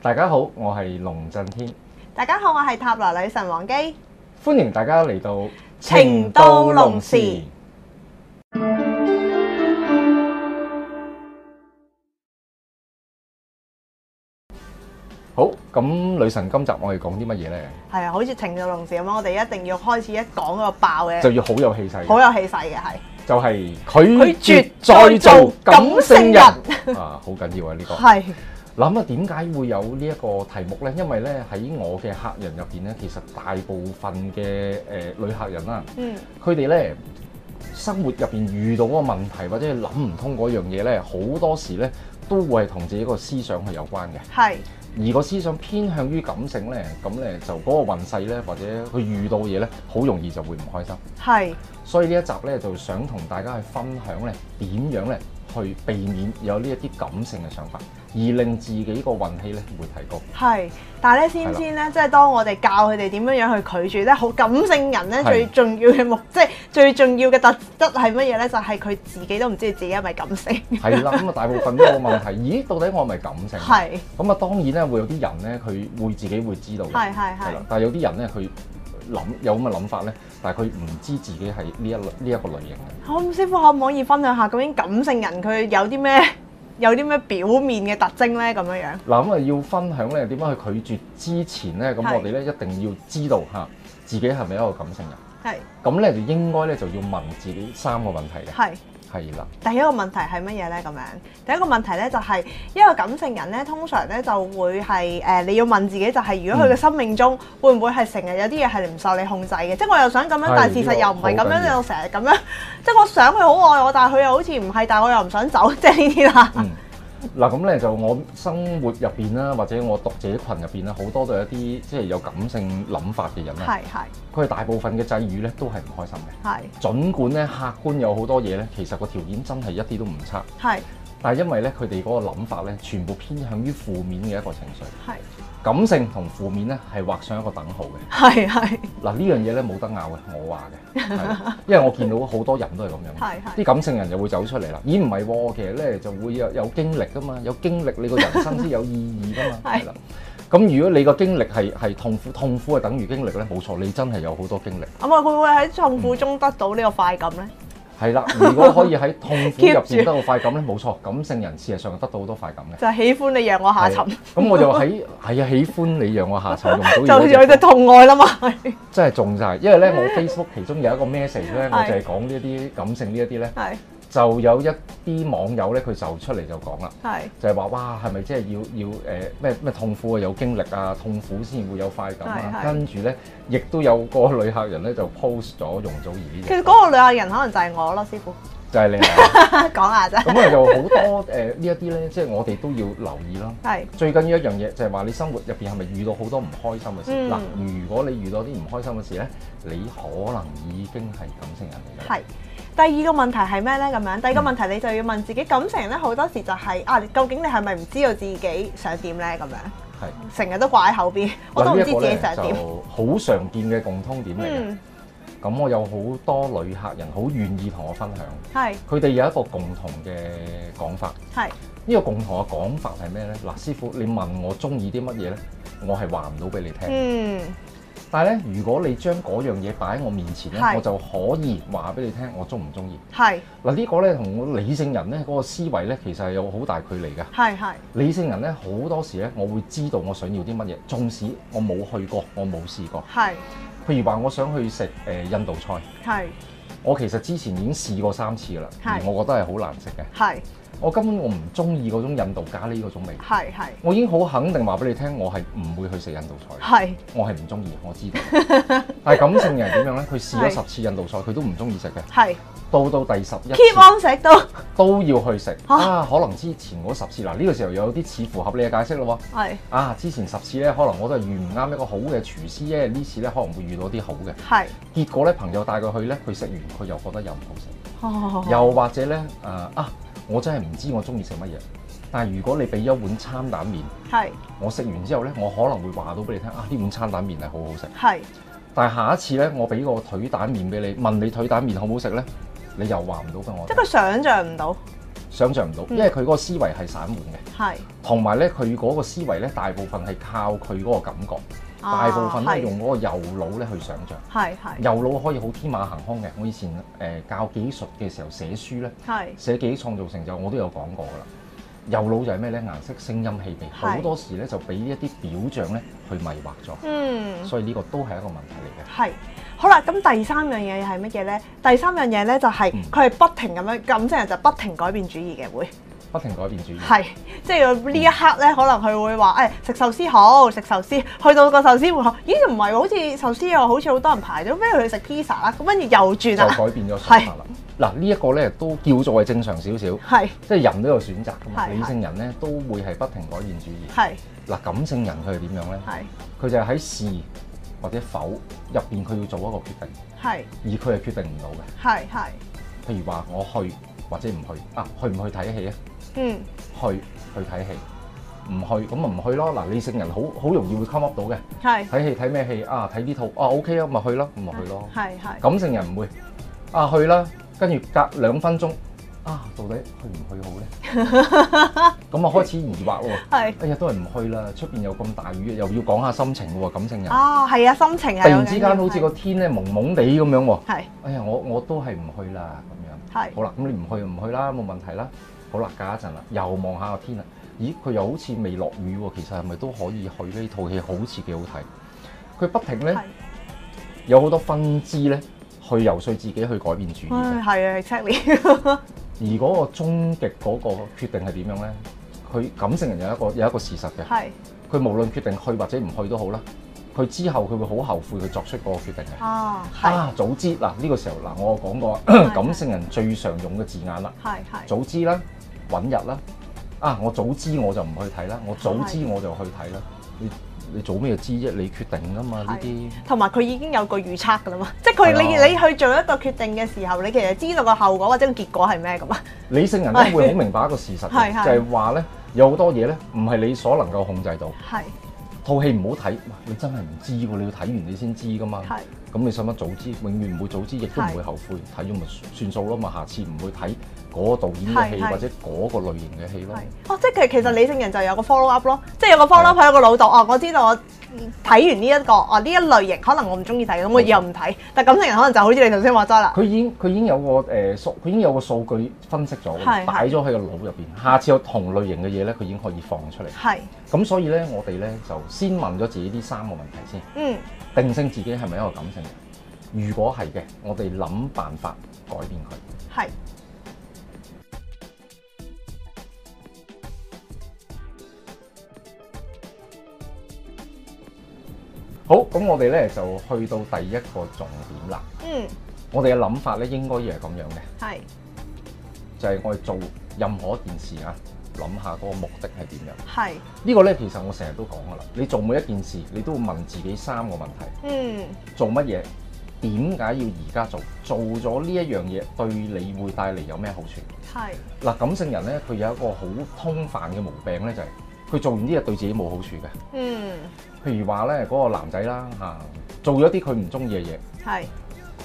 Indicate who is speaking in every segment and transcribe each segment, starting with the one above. Speaker 1: 大家好，我係龍震天，
Speaker 2: 大家好，我係塔羅女神王姬。
Speaker 1: 歡迎大家嚟到
Speaker 2: 情到濃時。
Speaker 1: 好，咁女神今集我哋講啲乜嘢呢？
Speaker 2: 係啊，好似情到濃時咁樣，我哋一定要開始一講嗰個爆
Speaker 1: 就
Speaker 2: 嘅，
Speaker 1: 要好有氣勢嘅，
Speaker 2: 好有氣勢嘅係。
Speaker 1: 就係
Speaker 2: 拒
Speaker 1: 拒
Speaker 2: 絕
Speaker 1: 絕再做感性人
Speaker 2: 性人
Speaker 1: 啊，好緊要啊呢個。
Speaker 2: 係
Speaker 1: 諗啊，點解會有呢一個題目呢？因為呢，喺我嘅客人入邊呢，其實大部分嘅誒、呃女客人啦，
Speaker 2: 嗯
Speaker 1: 佢哋呢生活入邊遇到嗰個問題或者係諗唔通嗰樣嘢呢，好多時呢都會係同自己個思想係有關嘅。
Speaker 2: 係
Speaker 1: 而個思想偏向於感性呢，咁呢就嗰個運勢呢，或者佢遇到嘢呢，好容易就會唔開心。
Speaker 2: 係
Speaker 1: 所以呢一集呢，就想同大家去分享呢點樣呢去避免有呢一啲感性嘅想法，而令自己個運氣呢會提 高。
Speaker 2: 係，但係咧先先咧，即係當我哋教佢哋點樣樣去拒絕咧，好感性人咧
Speaker 1: 係
Speaker 2: 最重要嘅目，即係最重要嘅特質係乜嘢咧？就係佢自己都唔知自己係咪感性。
Speaker 1: 係啦，咁啊大部分都有個問題，咦？到底我係咪感性？
Speaker 2: 係
Speaker 1: 咁啊，當然咧會有啲人咧，佢會自己會知道嘅，
Speaker 2: 係係係
Speaker 1: 啦。但係有啲人咧，佢諗有咁嘅諗法咧，但係佢唔知自己係呢一類呢一個類型嘅。
Speaker 2: 好，師傅可唔可以分享下究竟感性人佢有啲咩有啲咩表面嘅特徵咧？咁樣樣
Speaker 1: 嗱咁啊，要分享咧點樣去拒絕之前咧，咁
Speaker 2: 係
Speaker 1: 我哋咧一定要知道嚇自己係咪一個感性人。
Speaker 2: 係
Speaker 1: 咁咧就應該咧就要問自己三個問題嘅，
Speaker 2: 係。
Speaker 1: 係啦，
Speaker 2: 第一個問題係乜嘢呢？咁樣第一個問題呢，就係、一個感性人呢，通常呢就會係誒、呃你要問自己就係、如果佢嘅生命中會唔會係成日有啲嘢係唔受你控制嘅？即係我又想咁樣，但係事實又唔係咁
Speaker 1: 呢個
Speaker 2: 樣，
Speaker 1: 好
Speaker 2: 又成日咁樣。即係我想佢好愛我，但係佢又好似唔係，但係我又唔想走，即係呢啲啦。
Speaker 1: 嗯。嗱咁咧就我生活入邊啦，或者我讀者群入邊啦，好多都有一啲即係有感性諗法嘅人啦，
Speaker 2: 係係
Speaker 1: 佢哋大部分嘅際遇咧都係唔開心嘅。
Speaker 2: 係
Speaker 1: 儘管咧客觀有好多嘢咧，其實個條件真係一啲都唔差，
Speaker 2: 係
Speaker 1: 但係因為咧佢哋嗰個諗法咧，全部偏向於負面嘅一個情緒，
Speaker 2: 係
Speaker 1: 感性同負面咧係畫上一個等號嘅。
Speaker 2: 係係
Speaker 1: 嗱呢樣嘢咧冇得拗嘅，我話嘅， 係因為我見到好多人都係咁樣，
Speaker 2: 係係
Speaker 1: 啲感性人就會走出嚟啦。咦唔係喎，其實咧就會有有經歷噶嘛，有經歷你個人生先有意義噶嘛，
Speaker 2: 係
Speaker 1: 係啦。咁如果你個經歷係係痛苦，痛苦係等於經歷咧，冇錯，你真係有好多經歷。
Speaker 2: 咁啊，會唔會喺痛苦中得到呢個快感呢？
Speaker 1: 係啦，如果可以喺痛苦入
Speaker 2: Keep 住
Speaker 1: 邊得到快感咧，冇錯，感性人事實上得到好多快感嘅。
Speaker 2: 就係喜歡你讓我下沉，
Speaker 1: 咁我就喺係啊，喜歡你讓我下沉 用
Speaker 2: 就
Speaker 1: 到嘢
Speaker 2: 有隻
Speaker 1: 就
Speaker 2: 痛愛啦嘛。係
Speaker 1: 真係中晒，因為咧我 Facebook 其中有一個 message 咧，
Speaker 2: 係
Speaker 1: 我就係講呢啲感性呢一啲咧，
Speaker 2: 係
Speaker 1: 就有一啲網友咧佢就出嚟就講啦，
Speaker 2: 係
Speaker 1: 就係話哇係咪即係要要誒咩咩痛苦啊有經歷啊痛苦先會有快感啊，
Speaker 2: 係係
Speaker 1: 跟住咧亦都有個女客人咧就 post 咗容祖兒呢
Speaker 2: 其實
Speaker 1: 隻歌，
Speaker 2: 嗰個旅客人可能就係我咯，師傅
Speaker 1: 就係你啊。
Speaker 2: 講下啫。
Speaker 1: 咁啊就好多誒呢一啲咧，即係我哋都要留意啦。
Speaker 2: 係
Speaker 1: 最緊要一樣嘢就係話你生活入邊係咪遇到好多唔開心嘅事？
Speaker 2: 嗯
Speaker 1: 嗱、如果你遇到啲唔開心嘅事咧，你可能已經係感性人嚟㗎啦。
Speaker 2: 係。第二個問題係咩呢？咁樣第二個問題你就要問自己，感情呢好多時就係、啊，究竟你係咪唔知道自己想點呢？咁樣
Speaker 1: 係。
Speaker 2: 成日都掛喺後邊，我都
Speaker 1: 嗱
Speaker 2: 唔
Speaker 1: 呢
Speaker 2: 知
Speaker 1: 一個
Speaker 2: 自己
Speaker 1: 咧
Speaker 2: 想點。
Speaker 1: 就好常見嘅共通點嚟嘅。
Speaker 2: 嗯，
Speaker 1: 咁、我有好多旅客人好願意同我分享，
Speaker 2: 係
Speaker 1: 佢哋有一個共同嘅講法。
Speaker 2: 係
Speaker 1: 呢、個共同嘅講法係咩咧？嗱，師傅你問我中意啲乜嘢咧，我係話唔到俾你聽。
Speaker 2: 嗯
Speaker 1: 但係咧，如果你將嗰樣嘢擺喺我面前咧，
Speaker 2: 係
Speaker 1: 我就可以話俾你聽，我中唔中意。
Speaker 2: 係
Speaker 1: 嗱，呢個咧同我理性人咧嗰個思維咧，其實係有好大距離㗎。
Speaker 2: 係係
Speaker 1: 理性人咧好多時咧，我會知道我想要啲乜嘢，縱使我冇去過，我冇試過。
Speaker 2: 係
Speaker 1: 譬如話，我想去食誒、呃印度菜，
Speaker 2: 係
Speaker 1: 我其實之前已經試過三次㗎啦，
Speaker 2: 係
Speaker 1: 而我覺得係好難食嘅。
Speaker 2: 係
Speaker 1: 我根本我唔中意嗰種印度咖喱嗰種味。
Speaker 2: 係係
Speaker 1: 我已經好肯定話俾你聽，我係唔會去食印度菜嘅。
Speaker 2: 係
Speaker 1: 我係唔中意，我知道。 但係感性人點樣咧？佢試咗
Speaker 2: 係
Speaker 1: 十次印度菜，佢都唔中意食嘅。
Speaker 2: 係
Speaker 1: 到到第十一
Speaker 2: keep on 食到
Speaker 1: 都要去食
Speaker 2: 嚇
Speaker 1: 啊！可能之前嗰十次嗱，呢、個時候有啲似符合你嘅解釋咯喎。
Speaker 2: 係
Speaker 1: 啊，之前十次咧，可能我都係遇唔啱一個好嘅廚師咧，呢次咧可能會遇到啲好嘅。
Speaker 2: 係
Speaker 1: 結果咧，朋友帶佢去咧，佢食完佢又覺得又唔好食，
Speaker 2: 哦
Speaker 1: 又或者咧誒、呃啊，我真係唔知我中意食乜嘢。但係如果你俾一碗餐蛋麵，
Speaker 2: 係
Speaker 1: 我食完之後咧，我可能會話到俾你聽啊，呢碗餐蛋麵係好好食。
Speaker 2: 係
Speaker 1: 但係下一次咧，我俾個腿蛋麵俾你，問你腿蛋麵好唔好食咧，你又話唔到俾我
Speaker 2: 即
Speaker 1: 聽啊
Speaker 2: 係。佢想像唔到
Speaker 1: 想像唔
Speaker 2: 嗯
Speaker 1: 到，因為佢嗰個思維係散緩嘅，
Speaker 2: 係
Speaker 1: 同埋咧佢嗰個思維咧大部分係靠佢嗰個感覺，
Speaker 2: 啊
Speaker 1: 大部分
Speaker 2: 係
Speaker 1: 咧用嗰個右腦咧去想像。
Speaker 2: 係係
Speaker 1: 右腦可以好天馬行空嘅，我以前誒、呃教技術嘅時候寫書咧，
Speaker 2: 係
Speaker 1: 寫技術創造成就我都有講過噶啦。右腦就係咩咧？顏色、聲音、氣味，好多時咧就俾一啲表象咧去迷惑咗，
Speaker 2: 嗯。
Speaker 1: 所以呢個都係一個問題嚟嘅。
Speaker 2: 係。好啦，咁第三樣嘢係乜嘢呢？第三樣嘢呢，就係
Speaker 1: 嗯
Speaker 2: 佢係不停咁樣，咁即係就不停改變主意嘅會，
Speaker 1: 不停改變主意。
Speaker 2: 係即係呢一刻呢，可能佢會話誒、哎食壽司好，食壽司，去到個壽司會話咦唔係喎好似壽司又好似好多人排咗，不如去食 pizza 啦，咁跟住又轉
Speaker 1: 就
Speaker 2: 啦，
Speaker 1: 改變咗想法啦。嗱，呢一個咧都叫做係正常少少，
Speaker 2: 係
Speaker 1: 即係人都有選擇噶嘛。
Speaker 2: 係
Speaker 1: 理性人咧都會係不停改變主意。
Speaker 2: 係
Speaker 1: 嗱，感性人佢係點樣咧？
Speaker 2: 係
Speaker 1: 佢就係喺是或者否入邊，佢要做一個決定，
Speaker 2: 係
Speaker 1: 而佢係決定唔到嘅。
Speaker 2: 係係，
Speaker 1: 譬如話我去或者唔去啊，去唔去睇戲啊？
Speaker 2: 嗯
Speaker 1: 去去睇戲，唔去咁咪唔去咯。嗱，理性人好好容易會 come up 到嘅。
Speaker 2: 係
Speaker 1: 睇戲睇咩戲啊？睇呢套啊 OK 啊，咪去咯，咁咪去咯。
Speaker 2: 係係
Speaker 1: 感性人唔會啊去啦，跟住隔兩分鐘啊，到底去唔去好咧？咁啊開始疑惑喎。
Speaker 2: 係
Speaker 1: 哎呀，都係唔去啦，出邊有咁大雨，又要講下心情喎，感性人。
Speaker 2: 啊係啊，心情係
Speaker 1: 哦突然
Speaker 2: 有
Speaker 1: 之
Speaker 2: 緊
Speaker 1: 間
Speaker 2: 要
Speaker 1: 好似個天咧蒙蒙地咁樣喎。
Speaker 2: 係
Speaker 1: 哎呀，我我都係唔去啦咁樣。
Speaker 2: 係
Speaker 1: 好啦，咁你唔去就唔去啦，冇問題啦。好啦，隔一陣啦，又望下個天啦。咦，佢又好似未落雨喎，其實係咪都可以去呢套戲？好似幾好睇。佢不停咧
Speaker 2: 係。
Speaker 1: 有好多分支咧，去游說自己去改變主意嘅。
Speaker 2: 唉係啊，exactly
Speaker 1: 而嗰個終極嗰個決定係點樣咧？佢感性人有一個有一個事實嘅，
Speaker 2: 係
Speaker 1: 佢無論決定去或者唔去都好啦，佢之後佢會好後悔佢作出嗰個決定嘅。
Speaker 2: 啊係
Speaker 1: 啊，早知嗱呢個時候嗱，我講過
Speaker 2: 係
Speaker 1: 感性人最常用嘅字眼啦，
Speaker 2: 係係。
Speaker 1: 早知啦，揾日啦，啊我早知我就唔去睇啦，我早知我就去睇啦。你你早咩知啫？你決定噶嘛呢啲。
Speaker 2: 同埋佢已經有個預測㗎啦嘛，即係佢你
Speaker 1: 係啊
Speaker 2: 你去做一個決定嘅時候，你其實知道個後果或者個結果係咩㗎嘛，
Speaker 1: 理性人咧
Speaker 2: 係
Speaker 1: 會好明白一個事實
Speaker 2: 係係
Speaker 1: 嘅，就係話咧有好多嘢咧唔係你所能夠控制到。
Speaker 2: 係
Speaker 1: 套戲唔好睇，哇你真係唔知喎，你要睇完你先知噶嘛。
Speaker 2: 係
Speaker 1: 咁你使乜早知？永遠唔會早知，亦都唔
Speaker 2: 係
Speaker 1: 會後悔。睇咗咪算數咯嘛，下次唔會睇嗰個導演嘅
Speaker 2: 係
Speaker 1: 戲
Speaker 2: 係
Speaker 1: 或者嗰個類型嘅戲咯
Speaker 2: 係。，哦，即係其實理性人就有個 follow up 咯，即係有個 follow up 喺個腦度，哦，我知道我。睇完呢、一個哦呢一類型，可能我唔中意睇，咁我以後唔睇。但感情人可能就好似你頭先話齋啦，
Speaker 1: 佢已經佢已經有個誒數，佢已經有個數據分析咗㗎
Speaker 2: 係
Speaker 1: 啦，
Speaker 2: 係
Speaker 1: 擺咗喺個腦入邊。下次有同類型嘅嘢咧，佢已經可以放出嚟。
Speaker 2: 係
Speaker 1: 咁所以咧，我哋咧就先問咗自己呢三個問題先。
Speaker 2: 嗯
Speaker 1: 定性自己係咪一個感性人？如果係嘅，我哋諗辦法改變佢。
Speaker 2: 係
Speaker 1: 好，咁我哋咧就去到第一個重點啦。
Speaker 2: 嗯
Speaker 1: 我哋嘅諗法咧應該要係咁樣嘅，
Speaker 2: 係
Speaker 1: 就係、我哋做任何一件事啊，諗下嗰個目的係點樣。
Speaker 2: 係
Speaker 1: 呢個咧其實我成日都講噶啦，你做每一件事，你都會問自己三個問題：
Speaker 2: 嗯
Speaker 1: 做乜嘢？點解要而家做？做咗呢一樣嘢對你會帶嚟有咩好處？
Speaker 2: 係
Speaker 1: 嗱，感性人咧，佢有一個好通犯嘅毛病咧，就係、佢做完啲嘢對自己冇好處嘅。
Speaker 2: 嗯
Speaker 1: 譬如話咧，嗰、個男仔啦嚇，做咗啲佢唔中意嘅嘢，
Speaker 2: 係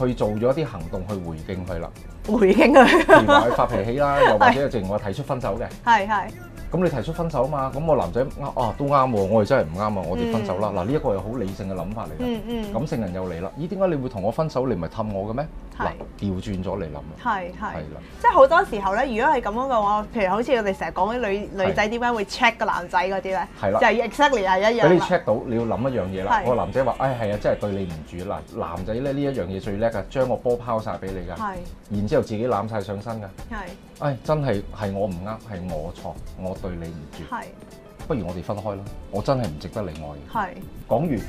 Speaker 1: 佢做咗啲行動去回敬佢啦。
Speaker 2: 回應佢
Speaker 1: 譬如話佢發脾氣啦，又或者直情我提出分手嘅。
Speaker 2: 係係
Speaker 1: 咁你提出分手啊嘛，咁個男仔啊啊都啱喎，我哋真係唔啱啊，我哋分手啦。嗱、呢一個係好理性嘅諗法嚟嘅。
Speaker 2: 嗯嗯
Speaker 1: 感性人又嚟啦，咦？點解你會同我分手？你唔係氹我嘅咩？
Speaker 2: 係
Speaker 1: 嗱，調轉咗嚟諗啦，啊
Speaker 2: 係
Speaker 1: 係
Speaker 2: 係。
Speaker 1: 啦，
Speaker 2: 即係好多時候咧，如果係咁樣嘅話，譬如好似我哋成日講啲女
Speaker 1: 係
Speaker 2: 女仔點解會 check 個男仔嗰啲咧，
Speaker 1: 係
Speaker 2: 就
Speaker 1: 啦。
Speaker 2: 係 exactly 係
Speaker 1: 俾
Speaker 2: 一樣
Speaker 1: 你
Speaker 2: 啦。
Speaker 1: check 到，你要諗一樣嘢啦。
Speaker 2: 係
Speaker 1: 個男仔話：，唉，係啊，真係對你唔住啦。男仔咧呢一樣嘢最叻噶，將個波拋晒俾你噶，
Speaker 2: 係
Speaker 1: 然之後自己攬晒上身噶。
Speaker 2: 係
Speaker 1: 唉，真係係我唔啱，係我錯，我對你唔住，
Speaker 2: 係
Speaker 1: 不如我哋分開啦。我真係唔值得你愛嘅。
Speaker 2: 係，
Speaker 1: 講完，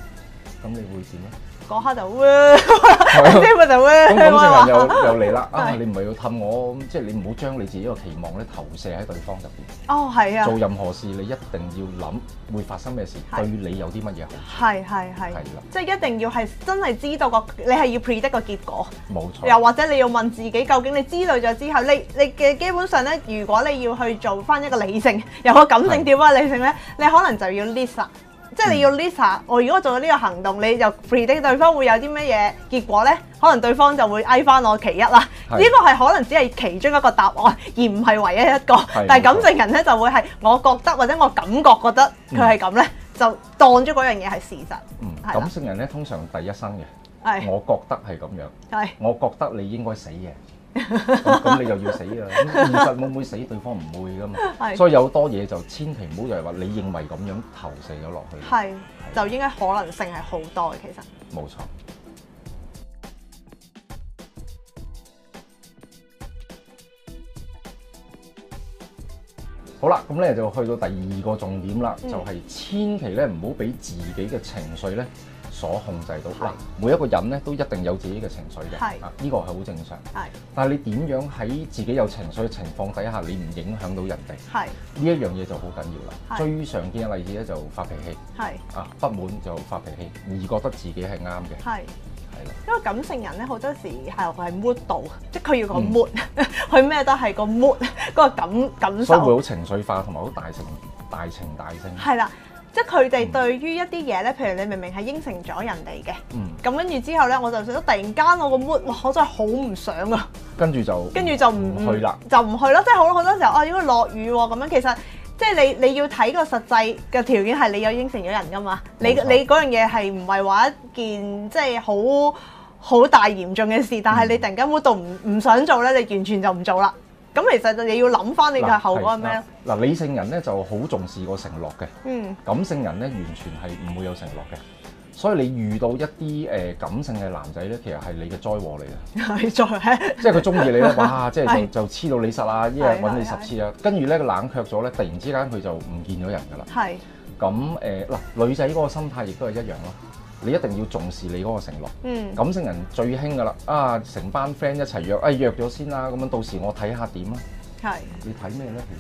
Speaker 1: 咁你會點咧？啊
Speaker 2: 嗰刻就 喎，
Speaker 1: 係
Speaker 2: 即
Speaker 1: 啊
Speaker 2: 係咪就
Speaker 1: 咁
Speaker 2: 喎
Speaker 1: 感性人又又嚟啦。啊，
Speaker 2: 係
Speaker 1: 你唔係要氹我，咁即係你唔好將你自己個期望咧投射喺對方入邊。
Speaker 2: 哦，係啊
Speaker 1: 做，任何事你一定要諗會發生咩事，
Speaker 2: 係
Speaker 1: 對你有啲乜嘢好。
Speaker 2: 係係
Speaker 1: 係
Speaker 2: 係，
Speaker 1: 啦，
Speaker 2: 即係一定要係真係知道個你係要 predict 個結果，
Speaker 1: 冇錯。
Speaker 2: 又或者你要問自己究竟你知道咗之後，你你嘅基本上咧，如果你要去做翻一個理性，由個感性
Speaker 1: 係
Speaker 2: 調翻理性咧，你可能就要 list 啦。即係你要
Speaker 1: 嗯
Speaker 2: list 下，我如果做咗呢個行動，你就 predict 對方會有啲乜嘢結果咧？可能對方就會嗌翻我其一啦。呢個
Speaker 1: 係
Speaker 2: 係可能只係其中一個答案，而唔係唯一一個。
Speaker 1: 係
Speaker 2: 但
Speaker 1: 冇錯
Speaker 2: 係感性人咧就會係我覺得或者我感覺覺得佢係咁咧，就當咗嗰樣嘢係事實。
Speaker 1: 嗯，
Speaker 2: 係啦
Speaker 1: 感性人咧通常第一生嘅，
Speaker 2: 係
Speaker 1: 我覺得係咁樣，
Speaker 2: 係
Speaker 1: 我覺得你應該死嘅，咁咁你就要死啦。咁現實會唔會死？對方唔會噶嘛。
Speaker 2: 係
Speaker 1: 所以有多嘢就千祈唔好就係話你認為咁樣投射咗落去，
Speaker 2: 係，就應該可能性係好多嘅其實。
Speaker 1: 冇錯。好啦，咁咧就去到第二個重點啦，
Speaker 2: 嗯
Speaker 1: 就係千祈咧唔好俾自己嘅情緒咧所控制到。
Speaker 2: 係
Speaker 1: 嗱，每一個人咧都一定有自己嘅情緒嘅，
Speaker 2: 係
Speaker 1: 啊，呢個係好正常。
Speaker 2: 係
Speaker 1: 但係你點樣喺自己有情緒嘅情況底下，你唔影響到人哋？
Speaker 2: 係
Speaker 1: 呢一樣嘢就好緊要
Speaker 2: 係
Speaker 1: 啦。最常見嘅例子咧就發脾氣
Speaker 2: 係
Speaker 1: 啊，不滿就發脾氣，而覺得自己係啱嘅，
Speaker 2: 係。
Speaker 1: 係啦，
Speaker 2: 因為感性人咧好多時係係 mood 度，即係佢要個
Speaker 1: 嗯
Speaker 2: mood，佢 咩、都係個 mood 嗰個感感
Speaker 1: 所以會
Speaker 2: 受
Speaker 1: 好情緒化同埋好大情大情大聲。
Speaker 2: 係啦。即係佢哋對於一啲嘢咧，譬如你明明係應承咗人哋嘅，
Speaker 1: 嗯，
Speaker 2: 咁跟住之後咧，我就想突然間我個 mood，哇！我真係好唔想啊，
Speaker 1: 跟住就
Speaker 2: 跟住就唔
Speaker 1: 去啦，
Speaker 2: 就唔去咯。即係好好多時候，啊，因為落雨喎，咁樣其實即係你你要睇個實際嘅條件係你有應承咗人噶嘛，你
Speaker 1: 冇錯
Speaker 2: 你嗰樣嘢係唔係話一件即係好好大嚴重嘅事，但
Speaker 1: 嗯
Speaker 2: 係你突然間 mood 到唔唔想做咧，你完全就唔做啦。咁其實就你要諗翻你嘅後果係咩啊咧？
Speaker 1: 啊嗱，理性人咧就好重視個承諾嘅，
Speaker 2: 嗯，
Speaker 1: 感性人咧完全係唔會有承諾嘅。所以你遇到一啲誒、呃感性嘅男仔咧，其實係你嘅災禍嚟嘅。
Speaker 2: 係再係
Speaker 1: 即係佢中意你 咧，哇！即係
Speaker 2: 係
Speaker 1: 就就黐到你實啊，一日
Speaker 2: 係
Speaker 1: 揾你
Speaker 2: 係
Speaker 1: 十次啊，跟住咧佢冷卻咗咧，突然之間佢就唔見咗人㗎啦。
Speaker 2: 係
Speaker 1: 咁誒嗱，女仔嗰個心態亦都係一樣咯。你一定要重視你嗰個承諾。
Speaker 2: 嗯
Speaker 1: 感性人最興㗎啦，啊，成班 friend 一齊約，哎約咗先啦，咁樣到時我睇下點啊。
Speaker 2: 係
Speaker 1: 你睇咩咧？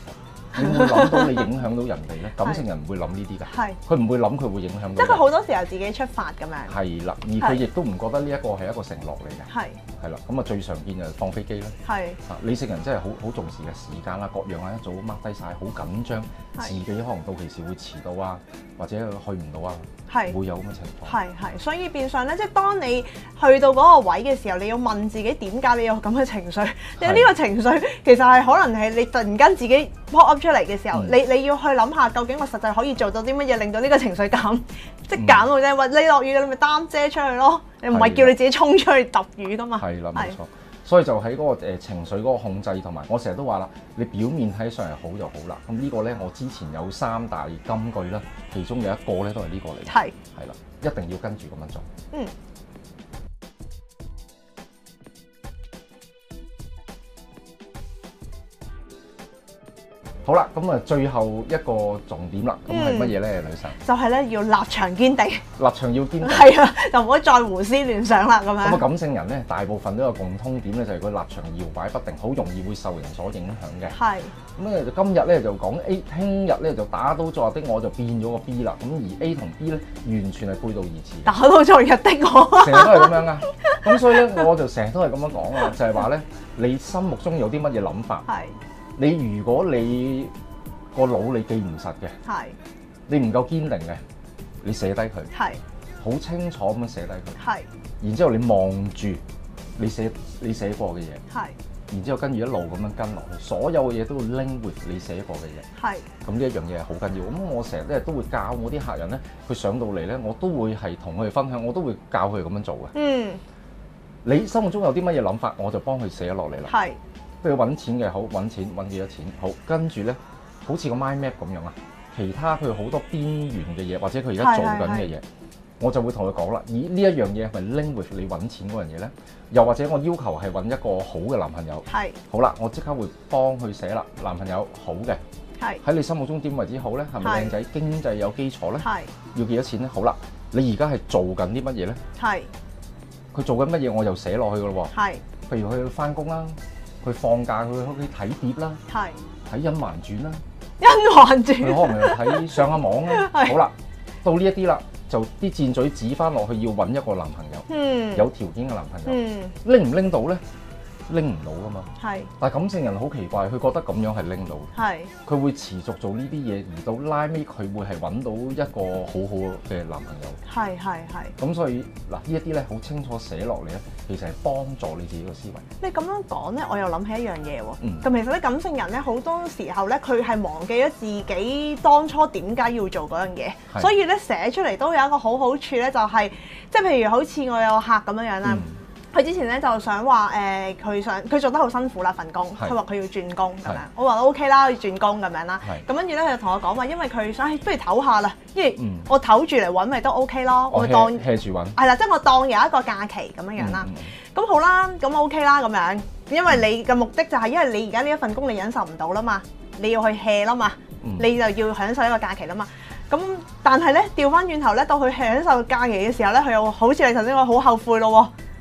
Speaker 1: 其實你會諗到你影響到人哋咧？感性人唔會諗呢啲㗎，
Speaker 2: 係，
Speaker 1: 佢唔會諗佢會影響
Speaker 2: 即係佢
Speaker 1: 到
Speaker 2: 好多時候自己出發咁樣
Speaker 1: 人。係啦，而
Speaker 2: 係
Speaker 1: 佢亦都唔覺得呢一個係一個承諾嚟嘅，
Speaker 2: 係
Speaker 1: 係啦。咁啊最常見就係放飛機啦。
Speaker 2: 係
Speaker 1: 啊，理性人真係好好重視嘅時間啦，各樣啊，一早 mark 低晒，好緊張，
Speaker 2: 係
Speaker 1: 自己可能到期時會遲到啊，或者去唔到啊，
Speaker 2: 係。
Speaker 1: 會有咁嘅情況。
Speaker 2: 係係，所以變相咧，即係當你去到嗰個位嘅時候，你要問自己點解你有咁嘅情緒？你呢個情緒其實係可能係你突然間自己 pop up 出嚟嘅時候，
Speaker 1: 嗯
Speaker 2: 你你要去諗下究竟我實際可以做到啲乜嘢，令到呢個情緒減，即係
Speaker 1: 嗯
Speaker 2: 減到啫。或者你落雨你咪擔遮出去咯，你唔
Speaker 1: 係
Speaker 2: 係
Speaker 1: 啦
Speaker 2: 叫你自己衝出去揼雨噶嘛。
Speaker 1: 係啦，冇
Speaker 2: 係
Speaker 1: 錯。所以就喺嗰個誒呃情緒嗰個控制同埋，我成日都話啦，你表面睇上嚟好就好啦。咁呢個呢，我之前有三大金句啦，其中有一個呢都係呢個嚟，
Speaker 2: 係
Speaker 1: 係啦，一定要跟住咁樣做。
Speaker 2: 嗯。
Speaker 1: 好啦，咁啊，最後一個重點啦，咁
Speaker 2: 嗯
Speaker 1: 係乜嘢呢？女神？
Speaker 2: 就係咧要立場堅定，
Speaker 1: 立場要堅定。
Speaker 2: 係啊，就唔好再胡思亂想啦咁
Speaker 1: 咁啊，
Speaker 2: 樣。
Speaker 1: 感性人咧，大部分都有共通點咧，就係佢立場搖擺不定，好容易會受人所影響嘅。
Speaker 2: 係
Speaker 1: 咁咧，就今日咧就講 A，聽日咧就打到昨日的我就變咗個 B 啦。咁而 A 同 B 咧，完全係背道而馳
Speaker 2: 打到昨日的我，
Speaker 1: 嘅，成日都係咁樣噶。啊咁所以咧，我就成日都係咁樣講啊，就係話咧，你心目中有啲乜嘢諗法？
Speaker 2: 係
Speaker 1: 你如果你個腦你記唔實嘅，
Speaker 2: 係
Speaker 1: 你唔夠堅定嘅，你寫低佢，
Speaker 2: 係
Speaker 1: 好清楚咁樣寫低佢，
Speaker 2: 係
Speaker 1: 然之後你望住你寫你寫過嘅嘢。
Speaker 2: 係
Speaker 1: 然之後跟住一路咁樣跟落去，所有嘅嘢都會拎回你寫過嘅嘢。
Speaker 2: 係。
Speaker 1: 咁呢一樣嘢係好緊要。咁我成日咧都會教我啲客人咧，佢上到嚟咧，我都會係同佢哋分享，我都會教佢哋咁樣做嘅。
Speaker 2: 嗯，
Speaker 1: 你心目中有啲乜嘢諗法，我就幫佢寫咗落嚟啦。
Speaker 2: 係
Speaker 1: 譬如揾錢嘅好，揾錢揾幾多錢好，跟住咧好似個 mind map 咁樣啊，其他佢好多邊緣嘅嘢，或者佢而家做緊嘅嘢。我就會同佢講啦，咦呢一樣嘢係咪 link with 你揾錢嗰樣嘢咧？又或者我要求係揾一個好嘅男朋友，
Speaker 2: 係
Speaker 1: 好啦，我即刻會幫佢寫啦。男朋友好嘅，
Speaker 2: 係
Speaker 1: 喺你心目中點為之好呢？係咪
Speaker 2: 係
Speaker 1: 靚仔？經濟有基礎呢？
Speaker 2: 係
Speaker 1: 要幾多錢呢？好啦，你而家係做緊啲乜嘢呢？
Speaker 2: 係
Speaker 1: 佢做緊乜嘢我又寫落去噶咯
Speaker 2: 係
Speaker 1: 喎。譬如佢翻工啦，佢放假佢去屋企睇碟啦，
Speaker 2: 係，
Speaker 1: 睇《甄嬛傳》啦，
Speaker 2: 因
Speaker 1: 佢
Speaker 2: 環住
Speaker 1: 可能又睇上下網啦。
Speaker 2: 係
Speaker 1: 好啦，到呢一啲啦，就啲箭嘴指翻落去要揾一個男朋友，
Speaker 2: 嗯
Speaker 1: 有條件嘅男朋友，
Speaker 2: 嗯
Speaker 1: 拎唔拎到呢？拎唔到噶嘛。
Speaker 2: 係
Speaker 1: 但係感性人好奇怪，佢覺得咁樣係拎到，
Speaker 2: 係
Speaker 1: 佢會持續做呢啲嘢，而到拉尾佢會係揾到一個好好嘅男朋友。
Speaker 2: 係係係。
Speaker 1: 咁所以嗱，呢一啲咧好清楚寫落嚟咧，其實係幫助你自己個思維。
Speaker 2: 你咁樣講咧，我又諗起一樣嘢喎。咁、
Speaker 1: 嗯
Speaker 2: 其實咧，感性人咧，好多時候咧，佢係忘記咗自己當初點解要做嗰樣嘢，
Speaker 1: 係
Speaker 2: 所以咧寫出嚟都有一個好好處咧，就係、即係譬如好似我有個客咁樣樣啦。
Speaker 1: 嗯
Speaker 2: 佢之前咧就想話誒，佢、想佢做得好辛苦啦份工，
Speaker 1: 係
Speaker 2: 佢話佢要轉工咁樣
Speaker 1: 係，
Speaker 2: 我話 O K 啦，要轉工咁樣啦。
Speaker 1: 係
Speaker 2: 咁跟住咧，佢就同我講話，因為佢想，唉不如唞下啦，因為
Speaker 1: 嗯
Speaker 2: 我唞住嚟揾咪都 O K 咯，我
Speaker 1: 我
Speaker 2: 會當
Speaker 1: hea hea 住揾。
Speaker 2: 係啦，即係我當有一個假期咁樣樣啦。
Speaker 1: 嗯嗯嗯
Speaker 2: 咁好啦，咁 OK 啦，咁樣，因為你嘅目的就係因為你而家呢一份工你忍受唔到啦嘛，你要去 hea 啦嘛，
Speaker 1: 嗯
Speaker 2: 你就要享受一個假期啦嘛。咁但係咧，調翻轉頭咧，到佢享受假期嘅時候咧，佢又好似你頭先講好後悔咯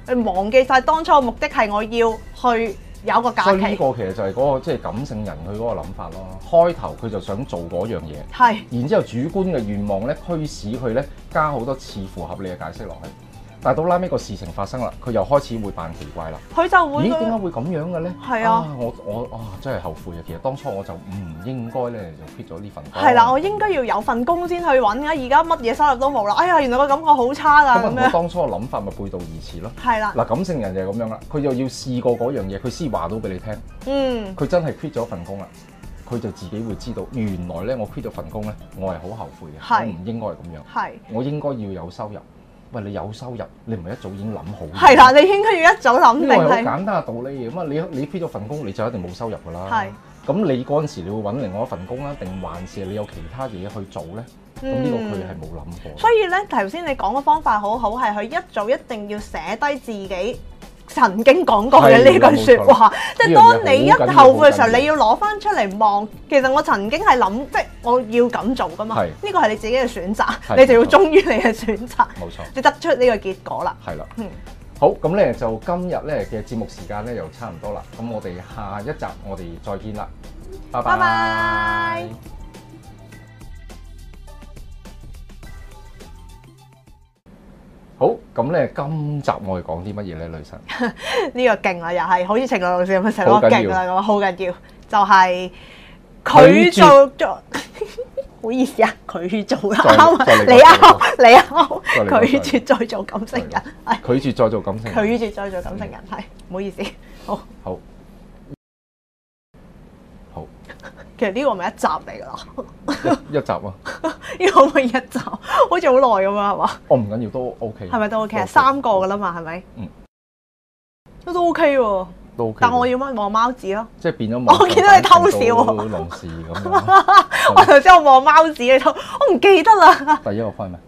Speaker 2: 喎，佢忘記晒當初嘅目的係我要去有一個假
Speaker 1: 所以呢
Speaker 2: 期，
Speaker 1: 個其實就係嗰個即係感性人佢嗰個諗法咯。開頭佢就想做嗰樣嘢，
Speaker 2: 係
Speaker 1: 然之後主觀嘅願望咧驅使佢咧加好多似乎合理嘅解釋落去。但係到拉尾個事情發生啦，佢又開始會扮奇怪啦。
Speaker 2: 佢就會
Speaker 1: 咦？
Speaker 2: 覺
Speaker 1: 點解
Speaker 2: 得
Speaker 1: 會咁樣嘅咧？
Speaker 2: 係啊
Speaker 1: 我我啊真係後悔啊！其實當初我就唔應該咧就 quit 咗呢份工。
Speaker 2: 係啦，我應該要有份工先去揾㗎，而家乜嘢收入都冇啦，哎呀，原來個感覺好差
Speaker 1: 咁
Speaker 2: 㗎啊
Speaker 1: 啊
Speaker 2: 咁
Speaker 1: 咪我
Speaker 2: 樣，
Speaker 1: 當初嘅諗法咪背道而馳咯。
Speaker 2: 係啦，
Speaker 1: 嗱，感性人就係咁樣啦，佢又要試過嗰樣嘢，佢先話到俾你聽，
Speaker 2: 嗯，
Speaker 1: 佢真係 quit 咗份工啦，佢就自己會知道，原來咧我 quit 咗份工咧，我係好後悔嘅，
Speaker 2: 係
Speaker 1: 我唔應該係咁樣，
Speaker 2: 係。
Speaker 1: 我應該要有收入。喂，你有收入，你唔係一早已經諗好嘅？
Speaker 2: 係啦，你應該要一早諗
Speaker 1: 呢
Speaker 2: 定
Speaker 1: 個係好
Speaker 2: 係
Speaker 1: 簡單嘅道理嚟咁啊！你你 quit 咗份工，你就一定冇收入㗎啦。
Speaker 2: 係
Speaker 1: 咁你嗰陣時，你會揾另外一份工啦，定還是你有其他嘢去做咧？咁呢個佢係冇諗過。
Speaker 2: 所以咧，頭先你講嘅方法好好，係佢一早一定要寫低自己曾經講過嘅呢句説話。即係當你一後悔嘅時候，
Speaker 1: 呢樣嘢好緊要
Speaker 2: 你要攞翻出嚟望，其實我曾經係諗，即係我要咁做噶嘛。
Speaker 1: 係
Speaker 2: 呢個係你自己嘅選擇，
Speaker 1: 係
Speaker 2: 你就要忠於你嘅選擇，
Speaker 1: 冇錯。
Speaker 2: 你得出呢個結果啦。
Speaker 1: 係啦
Speaker 2: 嗯。
Speaker 1: 好，咁咧就今日咧嘅節目時間咧又差唔多啦，咁我哋下一集我哋再見啦，拜
Speaker 2: 拜拜
Speaker 1: 好，咁咧今集我哋講啲乜嘢咧， 女神？
Speaker 2: 呢個勁啊啦，又係好似程老師咁樣，成個勁啦咁，啊好緊要，就係
Speaker 1: 拒
Speaker 2: 佢
Speaker 1: 絕
Speaker 2: 做 咗。唔好意思啊，佢做啦，
Speaker 1: 再
Speaker 2: 啱啊
Speaker 1: 再嚟
Speaker 2: 你
Speaker 1: 過
Speaker 2: 啱，你
Speaker 1: 再嚟過
Speaker 2: 啱，拒絕再做感性人，係
Speaker 1: 拒絕再做感性。
Speaker 2: 拒絕再做感性人，
Speaker 1: 嗯
Speaker 2: 係唔好意思，好，
Speaker 1: 好， 好
Speaker 2: 其實呢個咪一集嚟噶啦，
Speaker 1: 一一集啊，
Speaker 2: 呢個可唔可以一集？好似好耐咁啊，係嘛？
Speaker 1: 我唔緊要都 OK，
Speaker 2: 係咪都 OK 啊？三個噶啦嘛，係咪？
Speaker 1: 嗯，
Speaker 2: 都都 OK 喎，
Speaker 1: 都 OK，
Speaker 2: 但我要乜望貓子咯。
Speaker 1: 即係變咗網
Speaker 2: 我見到你偷笑喎
Speaker 1: 上班變到龍事咁樣，
Speaker 2: 我頭先我望貓子，你都我唔記得啦。
Speaker 1: 第一個開咩？